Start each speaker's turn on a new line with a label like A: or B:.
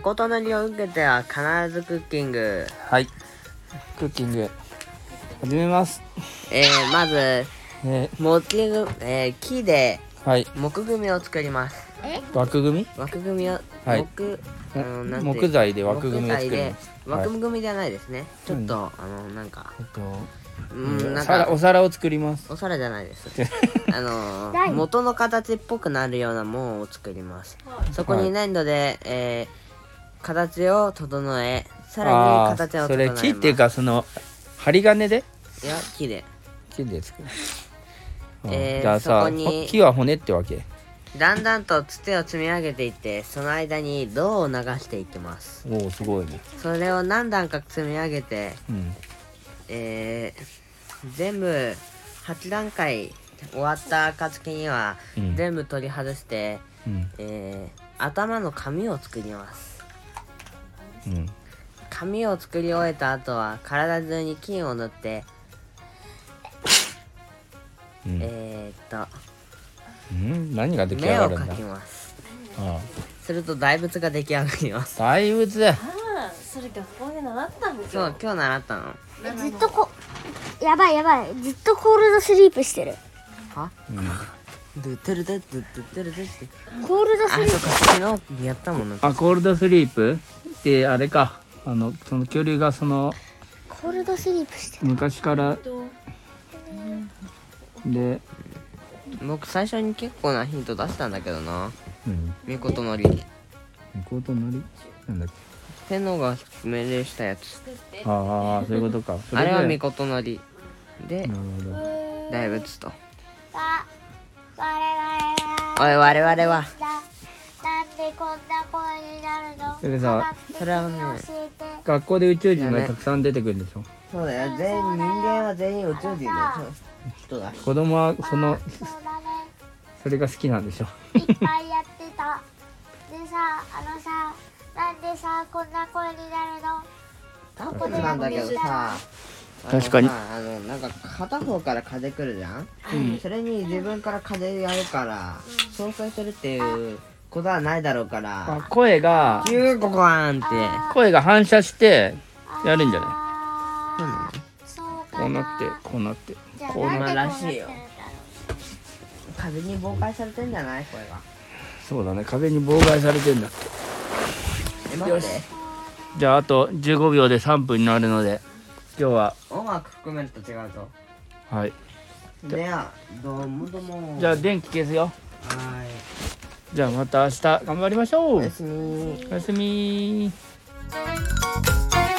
A: 事のりを受けては必ずクッキング。
B: はい。クッキング、始めます。
A: えー、まず、
B: え
A: 木、えー、木で
B: ーはい。
A: 木組みを作ります。
B: 枠組み
A: 枠組みを、
B: はい
A: 木、
B: も
A: うんなんていう
B: 木材で枠組みを作
A: 木材
B: る
A: で。
B: はい
A: 枠組みじゃないですね。ちょっと、あの、なんか、
B: えっと
A: う、
B: うんん
A: なん
B: 皿お
A: か、
B: 皿を作ります。
A: お皿じゃない です。あのー、元の形っぽくなるようなもんを作ります。そこに粘土で、えー、形を整え、さらに
B: ー
A: 形を
B: そ
A: 整え
B: れ
A: ます。
B: 木っていうかその針金で
A: いや、木で。
B: 木で作る。うん
A: えー
B: じゃあ
A: そこ
B: さ
A: に
B: 木は骨ってわけ
A: だんだんとつてを積み上げていってその間に銅を流していきます
B: おおすごいね、
A: それを何段か積み上げて、
B: うん、
A: えー全部8段階終わった暁には
B: うん
A: 全部取り外して、
B: うん
A: えー頭の紙を作ります
B: うん
A: 紙を作り終えた後は体中に金を塗って、
B: うん
A: えーっ
B: うん何が
A: と
B: 出来上
A: 目
B: が
A: を
B: るん
A: 描
B: だ
A: きます
B: ああ
A: すると大仏が出来上がります
B: 大仏
C: ああそれ学校で習ったんです
A: そ
C: よ
A: う今日習ったの
D: ずっとこやばいやばいずっとコールドスリープしてる
A: は
B: うん
A: ドゥッテルドゥッドゥッテルドゥッテル
D: コールドス
A: あ、
D: リー
A: そ
D: プ
A: うか、昨日やったもんな。
B: あコールドスリープってあれかあのその恐竜がその
D: コールドスリープしてる
B: 昔からで、
A: 僕最初に結構なヒント出したんだけどな。
B: うん、
A: みことのり。
B: コートのりなんだっ
A: 天皇が命令したやつ。
B: けああそういうことか そ
A: あ
B: で
A: れはみことのり。で
B: な、るほど
A: 大仏と。
D: わ我々は
A: おい、我々は。
D: だなんでこんな声になるの
B: それさ
A: それはね、
D: 教えて
B: 学校で宇宙人がたくさん出てくるんでしょ
A: そうだよ。全員、人間は全員宇宙人でしょ。人だし。
B: 子供はその
D: そうだね
B: それが好きなんでしょ
D: いっぱいやってたでさあのさなんでさこんな声になるの
A: タコなんだけどさ。
B: 確か
A: あ
B: に
A: のさあのなんか片方から風来るじゃん、それに自分から風やるから相殺するっていうことはないだろうから
B: あ声が
A: キューココアンって。
B: 声が反射してやるんじゃない
D: あーそうか
B: こうなってこうなって
D: じゃあ
B: こうな
A: ま
D: な
A: あ
D: んでこ
A: ら
D: うなって
A: しい
D: る
A: よ
D: んだろ
A: 風に妨害されてんじゃない声が。
B: そうだね壁に妨害されてんだ
A: え、待って。
B: じゃああと15秒で3分になるので今日は
A: 音楽含めると違うぞ。
B: はい
A: では、どうもどうも。
B: じゃ
A: は
B: あ電気消すよ
A: ーい。
B: じゃあまた明日頑張りましょ
A: おや
B: う
A: すみ
B: おやすみ
D: う